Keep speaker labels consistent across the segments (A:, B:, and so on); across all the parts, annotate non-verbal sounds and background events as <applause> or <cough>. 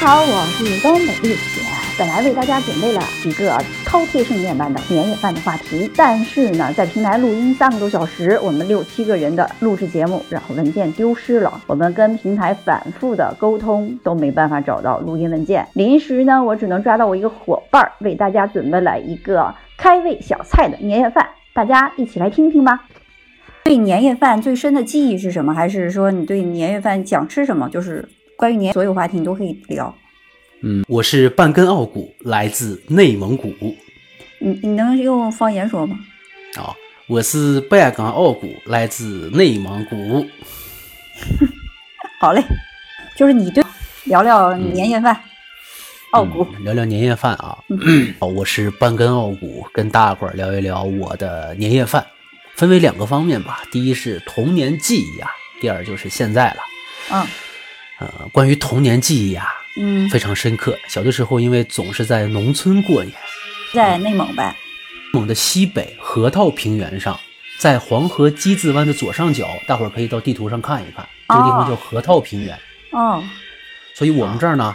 A: 好，我是高美丽姐。本来为大家准备了几个饕餮盛宴般的年夜饭的话题，但是呢，在平台录音三个多小时，我们六七个人的录制节目，然后文件丢失了，我们跟平台反复的沟通都没办法找到录音文件。临时呢，我只能抓到我一个伙伴儿，为大家准备了一个开胃小菜的年夜饭，大家一起来听听吧。对年夜饭最深的记忆是什么？还是说你对年夜饭想吃什么？就是关于年所有话题你都可以聊。
B: 嗯，我是半根傲骨，来自内蒙古。
A: 你你能用方言说吗？
B: 啊，我是半根傲骨，来自内蒙古。
A: 好嘞，就是你对聊聊年夜饭，傲骨。嗯
B: 嗯聊聊年夜饭啊。好我是半根傲骨，跟大伙儿聊一聊我的年夜饭，分为两个方面吧。第一是童年记忆啊，第二就是现在了。
A: 嗯
B: 呃，关于童年记忆啊，
A: 嗯，
B: 非常深刻。小的时候，因为总是在农村过年，
A: 在内蒙呗。
B: 内蒙的西北河套平原上，在黄河鸡字湾的左上角，大伙儿可以到地图上看一看，这个地方叫河套平原。
A: 哦，
B: 所以我们这儿呢，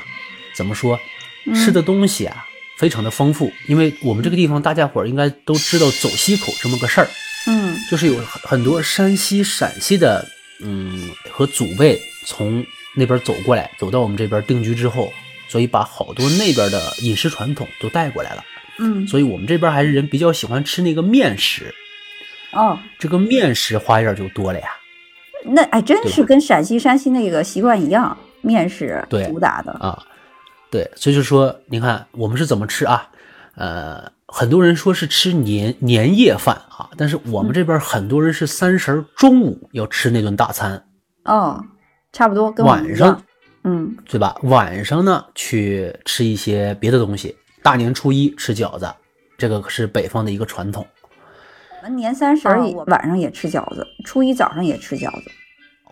B: 怎么说，
A: 嗯
B: 吃的东西啊，非常的丰富。因为我们这个地方，大家伙儿应该都知道走西口这么个事儿，
A: 嗯
B: 就是有很很多山西、陕西的，嗯，和祖辈从那边走过来，走到我们这边定居之后，所以把好多那边的饮食传统都带过来了。
A: 嗯，
B: 所以我们这边还是人比较喜欢吃那个面食，
A: 哦，
B: 这个面食花样就多了呀。
A: 那哎，真
B: 对吧
A: 是跟陕西、山西那个习惯一样，面食
B: 对
A: 主打的。
B: 啊，对，所以就说，你看我们是怎么吃啊？呃，很多人说是吃年年夜饭啊，但是我们这边很多人是三十儿中午要吃那顿大餐，
A: 哦，差不多跟我们
B: 晚
A: 一样
B: 上
A: 嗯
B: 对吧？晚上呢去吃一些别的东西，大年初一吃饺子，这个是北方的一个传统。
A: 我们年三十儿也晚上也吃饺子，初一早上也吃饺子。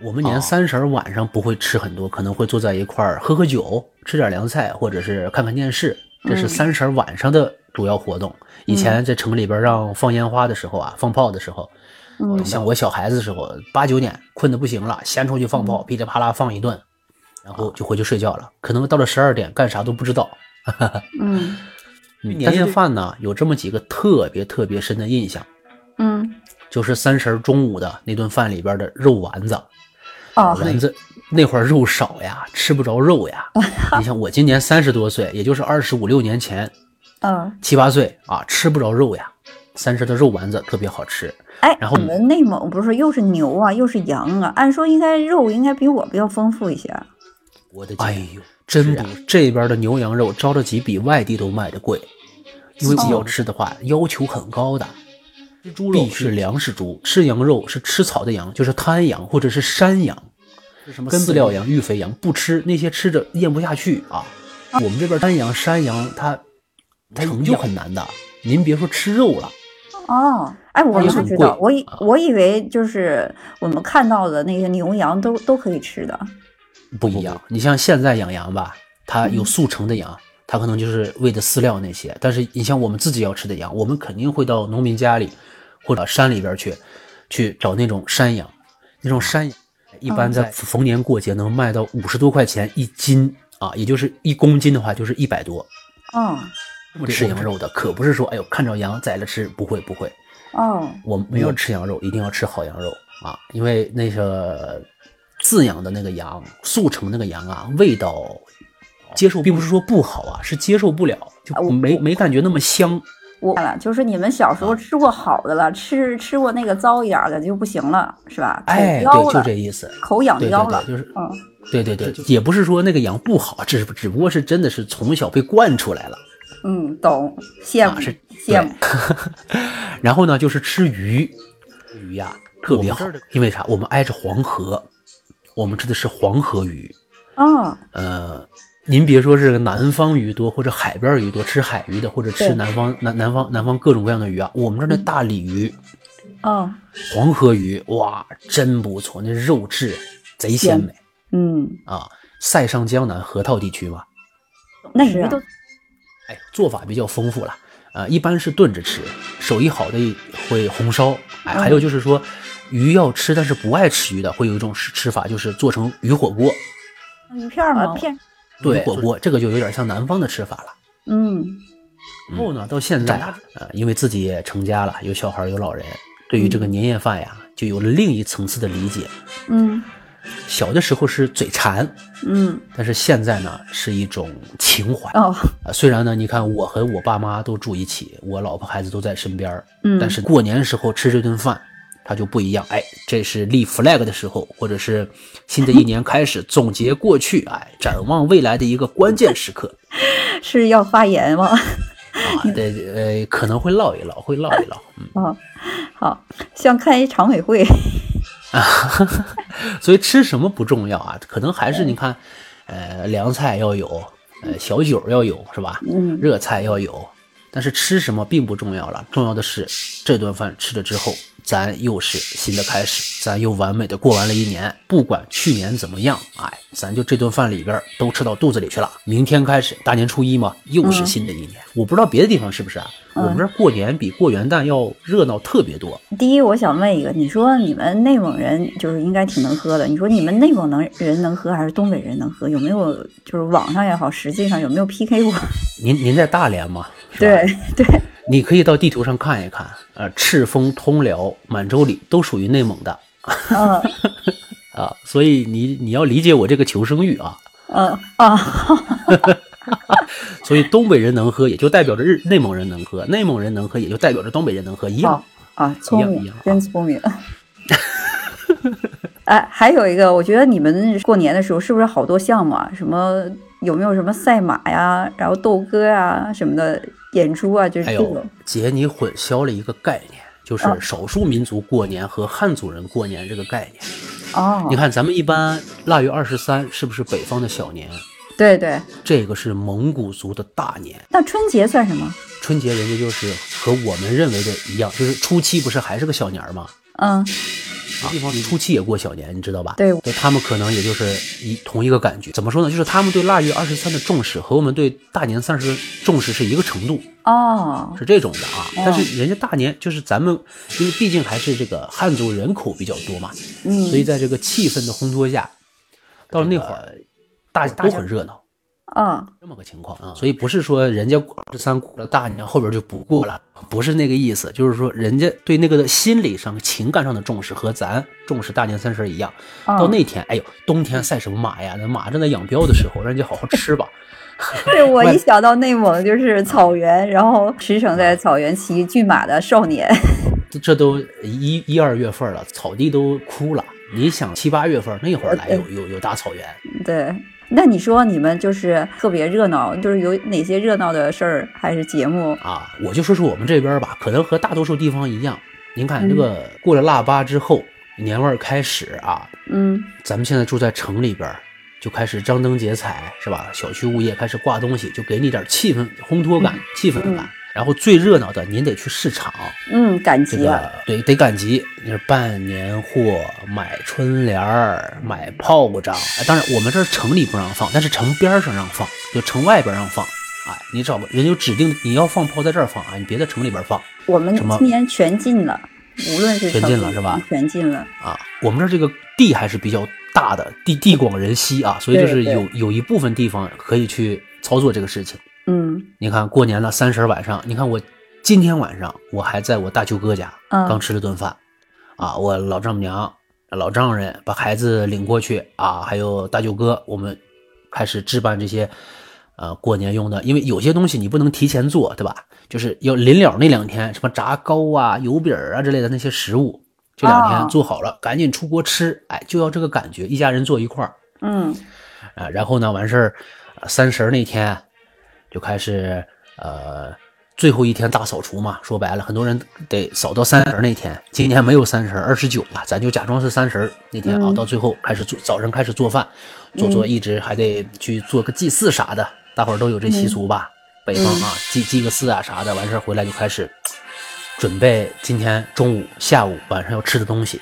B: 我们年三十儿晚上不会吃很多，可能会坐在一块儿喝喝酒，吃点凉菜，或者是看看电视。这是
A: 嗯
B: 三十儿晚上的主要活动。以前在城里边让放烟花的时候啊，放炮的时候，
A: 嗯
B: 像我小孩子的时候，八九点困得不行了，先出去放炮，噼里啪啦放一顿，然后就回去睡觉了。可能到了十二点干啥都不知道。
A: 嗯
B: 嗯
C: 年
B: 年夜
C: 夜
B: 饭呢，有这么几个特别特别深的印象，
A: 嗯，
B: 就是三十儿中午的那顿饭里边的肉丸子。
A: 哦，
B: 丸子那会儿肉少呀，吃不着肉呀。你像我今年三十多岁，也就是二十五六年前
A: 嗯。
B: 七八岁啊，吃不着肉呀。三十的肉丸子特别好吃，
A: 哎，
B: 然后
A: 你们内蒙不是又是牛啊，又是羊啊，按说应该肉应该比我们要丰富一些。啊
C: 我的
B: 哎
C: 哎，
B: 呦，真不这边的牛羊肉着着急比外地都卖的贵，因为
A: 哦
B: 我要吃的话要求很高的，
C: 吃猪肉
B: 必须粮食猪，吃羊肉是吃草的羊，就是滩羊或者是山羊，
C: 是什么
B: 根饲料羊、育肥羊不吃，那些吃着咽不下去啊。我们这边滩羊、山羊它
C: 它
B: 成就
C: 养
B: 很难的，您别说吃肉了。
A: 哦，哎，我
B: 也
A: 不
B: 很
A: 知道，
B: 贵啊
A: 我以我以为就是我们看到的那些牛羊都都可以吃的。
B: 不嗯一样。你像现在养羊吧，它有速成的羊，它可能就是喂的饲料那些。但是你像我们自己要吃的羊，我们肯定会到农民家里或者山里边去，去找那种山羊。那种山羊一般在逢年过节能卖到五十多块钱一斤啊，也就是一公斤的话就是一百多。
A: 哦
C: 不
B: 吃羊肉的可不是说哎呦看着羊宰了吃，不会不会，
A: 哦，
B: 我们要吃羊肉，一定要吃好羊肉啊，因为那个自养的那个羊，速成那个羊啊，味道接受，并不是说不好啊，是接受不了，
A: 啊
B: 就
A: 我
B: 没没感觉那么香。
A: 我看了，就是你们小时候吃过好的了，吃吃过那个糟一点儿的就不行了，是吧？口
B: 哎，
A: 刁
B: 对，
A: 了，
B: 就这意思。
A: 口痒
B: 对
A: 腰
B: 对
A: 了
B: 对，。就是
A: 嗯，
B: 对对对，也不是说那个羊不好，只是只不过是真的是从小被惯出来了。 <laughs>
A: 嗯，懂，羡慕
B: 啊是
A: 羡慕。
B: 然后呢，就是吃鱼，鱼呀、特别
C: 我
B: 好
C: 们这儿的，
B: 因为啥？我们挨着黄河，我们吃的是黄河鱼。
A: 哦，
B: 呃，您别说是南方鱼多，或者海边鱼多，吃海鱼的，或者吃
A: 对
B: 南方南南方南方各种各样的鱼啊。我们这儿的大鲤鱼、
A: 哦，
B: 黄河鱼，哇，真不错，那肉质贼鲜美
A: 嗯，
B: 啊！塞上江南河套地区嘛，
A: 那
C: 是
A: 鱼
C: 啊
A: 都
B: 哎，做法比较丰富了。呃，一般是炖着吃，手艺好的会红烧。哎，
A: 嗯
B: 还有就是说，鱼要吃，但是不爱吃鱼的，会有一种吃吃法，就是做成鱼火锅。
A: 呃鱼片儿吗？
D: 片
B: 对
C: 火
B: 火锅，这个就有点像南方的吃法了。
A: 嗯，
B: 然后呢，到现在啊，呃，因为自己也成家了，有小孩儿有老人，对于这个年夜饭呀，就有了另一层次的理解。
A: 嗯
B: 小的时候是嘴馋，
A: 嗯，
B: 但是现在呢是一种情怀。
A: 哦，
B: 啊，虽然呢，你看我和我爸妈都住一起，我老婆孩子都在身边儿，
A: 嗯
B: 但是过年时候吃这顿饭，它就不一样。哎，这是立 flag 的时候，或者是新的一年开始总结过去，哎，展望未来的一个关键时刻
A: 是要发言吗？ <laughs>
B: 啊，得呃可能会唠一唠，会唠一唠。
A: 啊，好像开一常委会，
B: <laughs> 所以吃什么不重要啊，可能还是你看，呃，凉菜要有，呃，小酒要有，是吧？
A: 嗯
B: 热菜要有，但是吃什么并不重要了，重要的是这顿饭吃了之后，咱又是新的开始，咱又完美的过完了一年。不管去年怎么样，哎，咱就这顿饭里边都吃到肚子里去了。明天开始，大年初一嘛，又是新的一年。我不知道别的地方是不是啊，
A: 嗯
B: 我们这儿过年比过元旦要热闹特别多。
A: 第一，我想问一个，你说你们内蒙人就是应该挺能喝的，你说你们内蒙能人能喝还是东北人能喝？有没有就是网上也好，实际上有没有 PK 过？
B: 您您在大连吗？是吧
A: 对对，
B: 你可以到地图上看一看，呃，赤峰、通辽、满洲里都属于内蒙的
A: 嗯
B: 啊，所以你你要理解我这个求生欲啊。
A: 嗯啊，
B: 所以东北人能喝，也就代表着日内蒙人能喝；内蒙人能喝，也就代表着东北人能喝一样
A: 好。啊，聪
B: 一样一
A: 明
B: 样啊，
A: 真聪明。 <laughs> 哎，还有一个，我觉得你们过年的时候是不是好多项目啊？什么有没有什么赛马呀，然后斗歌呀什么的演出啊，就是啊
B: 还
A: 这
B: 有
A: 种。，
B: 姐，你混淆了一个概念，就是少数民族过年和汉族人过年这个概念。
A: 哦
B: 你，看，咱们一般腊月二十三是不是北方的小年？
A: 对对，
B: 这个是蒙古族的大年。
A: 那春节算什么？
B: 春节人家就是和我们认为的一样，就是初七不是还是个小年儿吗？
A: 嗯，
B: 地方初七也过小年，你知道吧？
A: 对
B: 就他们可能也就是一同一个感觉。怎么说呢？就是他们对腊月二十三的重视和我们对大年三十的重视是一个程度，
A: 哦，
B: 是这种的啊。但是人家大年就是咱们，因为毕竟还是这个汉族人口比较多嘛，
A: 嗯，
B: 所以在这个气氛的烘托下，到了那会儿，大家都很热闹。
A: 啊，
B: 这么个情况啊，所以不是说人家二十三过了大年后边就不过了，不是那个意思，就是说人家对那个的心理上、情感上的重视和咱重视大年三十一样。
A: 啊 <laughs>
B: 到那天，哎呦，冬天赛什么马呀？那马正在养膘的时候，让人家好好
A: <laughs>
B: 吃吧。
A: 是我一想到内蒙就是草原，然后驰骋在草原骑骏马的少年。
B: 这这都一一二月份了，草地都枯了。你想七八月份那会儿来有
A: 哎
B: 有有大草原，
A: 对，那你说你们就是特别热闹，就是有哪些热闹的事儿还是节目？
B: 啊，我就说说我们这边吧，可能和大多数地方一样。您看
A: 嗯
B: 这个过了腊八之后，年味儿开始啊，
A: 嗯
B: 咱们现在住在城里边儿，就开始张灯结彩，是吧？小区物业开始挂东西，就给你点气氛烘托感、气氛感。然后最热闹的，您得去市场，
A: 嗯，赶
B: 这
A: 集啊，
B: 个对得赶集，你是办年货、买春联儿、买炮仗。哎当然，我们这儿城里不让放，但是城边儿上让放，就城外边儿让放。哎，你找个人就指定你要放炮，在这儿放啊，你别在城里边儿放
A: 我们
B: 什么
A: 今年全禁了，无论是
B: 全
A: 城
B: 禁
A: 里
B: 了是吧
A: 全禁了。
B: 啊。我们这儿这个地还是比较大的，地地广人稀啊，所以就是
A: 对对
B: 有有一部分地方可以去操作这个事情。
A: 嗯
B: 你看过年了，三十儿晚上，你看我今天晚上我还在我大舅哥家，
A: 嗯
B: 刚吃了顿饭，啊，我老丈母娘、老丈人把孩子领过去啊，还有大舅哥，我们开始置办这些，呃，过年用的，因为有些东西你不能提前做，对吧？就是要临了那两天，什么炸糕啊、油饼儿啊之类的那些食物，这两
A: 哦
B: 天做好了，赶紧出锅吃，哎，就要这个感觉，一家人坐一块儿。
A: 嗯
B: 啊，然后呢，完事儿，呃三十儿那天就开始呃最后一天大扫除嘛。说白了，很多人得扫到三十儿那天。今年没有三十儿，二十九了，咱就假装是三十儿那天啊。
A: 嗯
B: 到最后开始做，早上开始做饭，做做一直还得去做个祭祀啥的，大伙儿都有这习俗吧？北方
A: 嗯
B: 啊，祭祭个祀啊啥的，完事儿回来就开始准备今天中午、下午、晚上要吃的东西，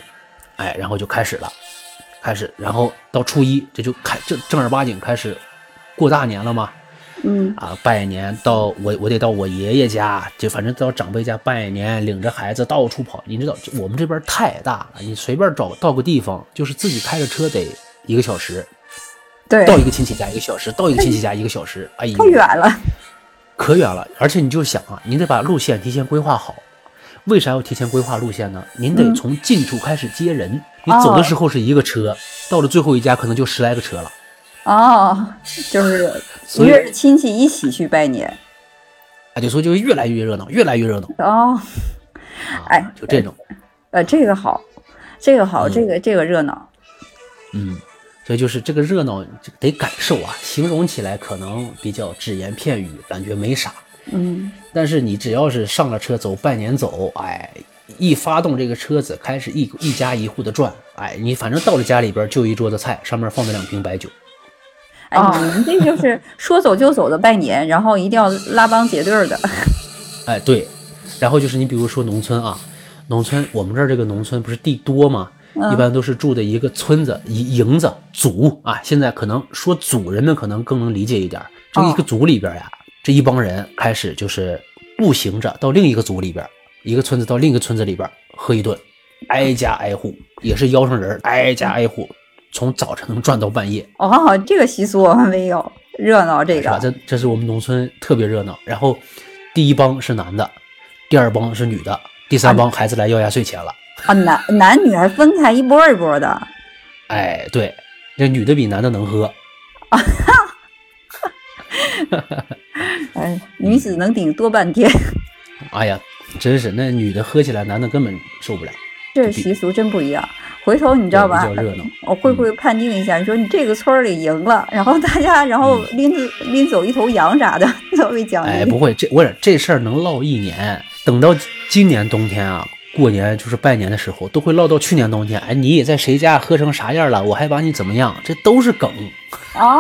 B: 哎，然后就开始了。开始，然后到初一这就开正正儿八经开始过大年了嘛
A: 嗯
B: 啊，拜年到我我得到我爷爷家，就反正到长辈家拜年，领着孩子到处跑。你知道这我们这边太大了，你随便找到个地方，就是自己开着车得一个小时，
A: 对
B: 到一个亲戚家一个小时，到一个亲戚家一个小时，哎呀，
A: 太远了，
B: 可远了。而且你就想啊，你得把路线提前规划好。为啥要提前规划路线呢？您得
A: 嗯
B: 从近处开始接人。你
A: 哦
B: 走的时候是一个车，到了最后一家可能就十来个车了。
A: 哦，就是
B: <laughs> 所以
A: 约着亲戚一起去拜年
B: 啊，就所以就越来越热闹，越来越热闹
A: 哦，
B: 啊，
A: 哎
B: 就这种，
A: 呃，这个好，这个好，这个这个热闹，
B: 嗯，所以就是这个热闹这个得感受啊，形容起来可能比较只言片语，感觉没啥，
A: 嗯，
B: 但是你只要是上了车走半年走，哎，一发动这个车子，开始一一家一户的转，哎，你反正到了家里边就一桌子菜，上面放着两瓶白酒，
A: 哎，
C: 哦
A: 你们这
B: <laughs>
A: 就是说走就走的拜年，然后一定要拉帮结队儿的，
B: 哎，对，然后就是你比如说农村啊，农村我们这儿这个农村不是地多嘛，一般都是住的一个村子、一营子、组啊。现在可能说组，人们可能更能理解一点儿。这一个组里边呀，这一帮人开始就是步行着到另一个组里边，一个村子到另一个村子里边喝一顿，挨家挨户也是邀上人儿，挨家挨户，从早晨能转到半夜，
A: 哦，这个习俗我们没有，热闹这
B: 是吧？
A: 个，
B: 这这是我们农村特别热闹。然后第一帮是男的，第二帮是女的，第三帮孩子来要压岁钱了。
A: 啊，男男女还分开一波一波的，
B: 哎，对，这女的比男的能喝。
A: 哎，女子能顶多半天，
B: 哎呀，真是那女的喝起来，男的根本受不了。
A: 这习俗真不一样。回头你知道吧
B: 对比较热闹？嗯
A: 我会不会判定一下？你说你这个村儿里赢了，然后大家然后拎拎走一头羊啥的，作为奖
B: 嗯哎，
A: 励
B: 不。会，这我想这事儿能唠一年，等到今年冬天啊，过年就是拜年的时候，都会唠到去年冬天。哎，你也在谁家喝成啥样了？我还把你怎么样？这都是梗。
A: 啊，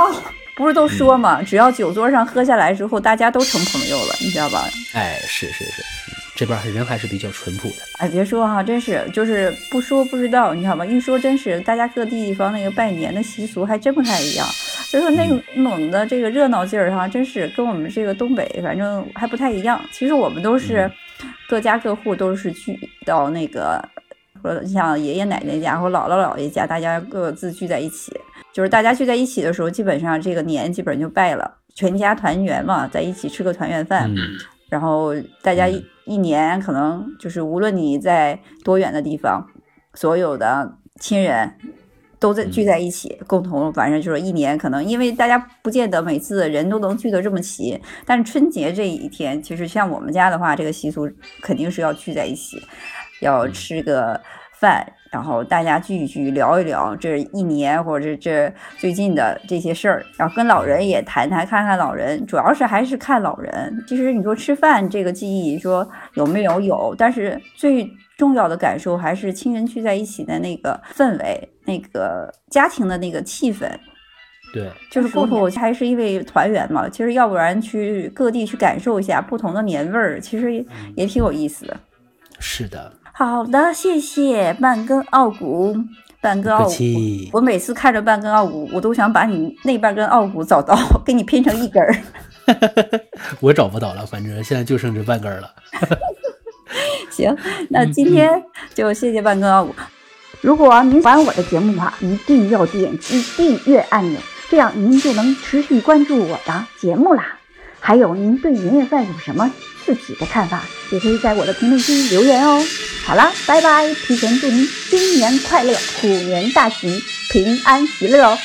A: 不
B: 嗯
A: 是都说嘛，只要酒桌上喝下来之后，大家都成朋友了，你知道吧？
B: 哎，是是是，嗯这边儿人还是比较淳朴的。
A: 哎，别说哈、真是就是不说不知道，你知道吗？一说真是，大家各地方那个拜年的习俗还真不太一样。所以说内蒙的这个热闹劲儿哈、真是跟我们这个东北反正还不太一样。其实我们都是各家各户都是聚到那个，说像爷爷奶奶家或姥姥姥爷家，大家各自聚在一起。就是大家聚在一起的时候，基本上这个年基本就拜了，全家团圆嘛，在一起吃个团圆饭。
B: 嗯，
A: 然后大家一一年可能就是无论你在多远的地方，所有的亲人都在聚在一起，共同反正就是一年可能因为大家不见得每次人都能聚得这么齐，但是春节这一天，其实像我们家的话，这个习俗肯定是要聚在一起，要吃个饭。然后大家聚一聚，聊一聊这一年或者这最近的这些事儿，然后跟老人也谈谈，看看老人，主要是还是看老人。其实你说吃饭这个记忆，说有没有有，但是最重要的感受还是亲人聚在一起的那个氛围，那个家庭的那个气氛。
B: 对，
A: 就是沟通，还是因为团圆嘛。其实要不然去各地去感受一下不同的年味儿，其实也也挺有意思的。
B: 是的，
A: 好的，谢谢半根傲骨，半根傲
B: 不
A: 骨
B: 客。气。
A: 我每次看着半根傲骨，我都想把你那半根傲骨找到， <laughs> 给你拼成一根儿。
B: 我找不到了，反正现在就剩这半根儿了。
D: <laughs>
A: 行，那今天就谢谢半根傲骨。
D: 啊如果啊您喜欢我的节目的话，一定要点击订阅按钮，这样您就能持续关注我的节目啦。还有，您对年夜饭有什么自己的看法，也可以在我的评论区留言哦。好啦，拜拜！提前祝您新年快乐，虎年大吉，平安喜乐哦。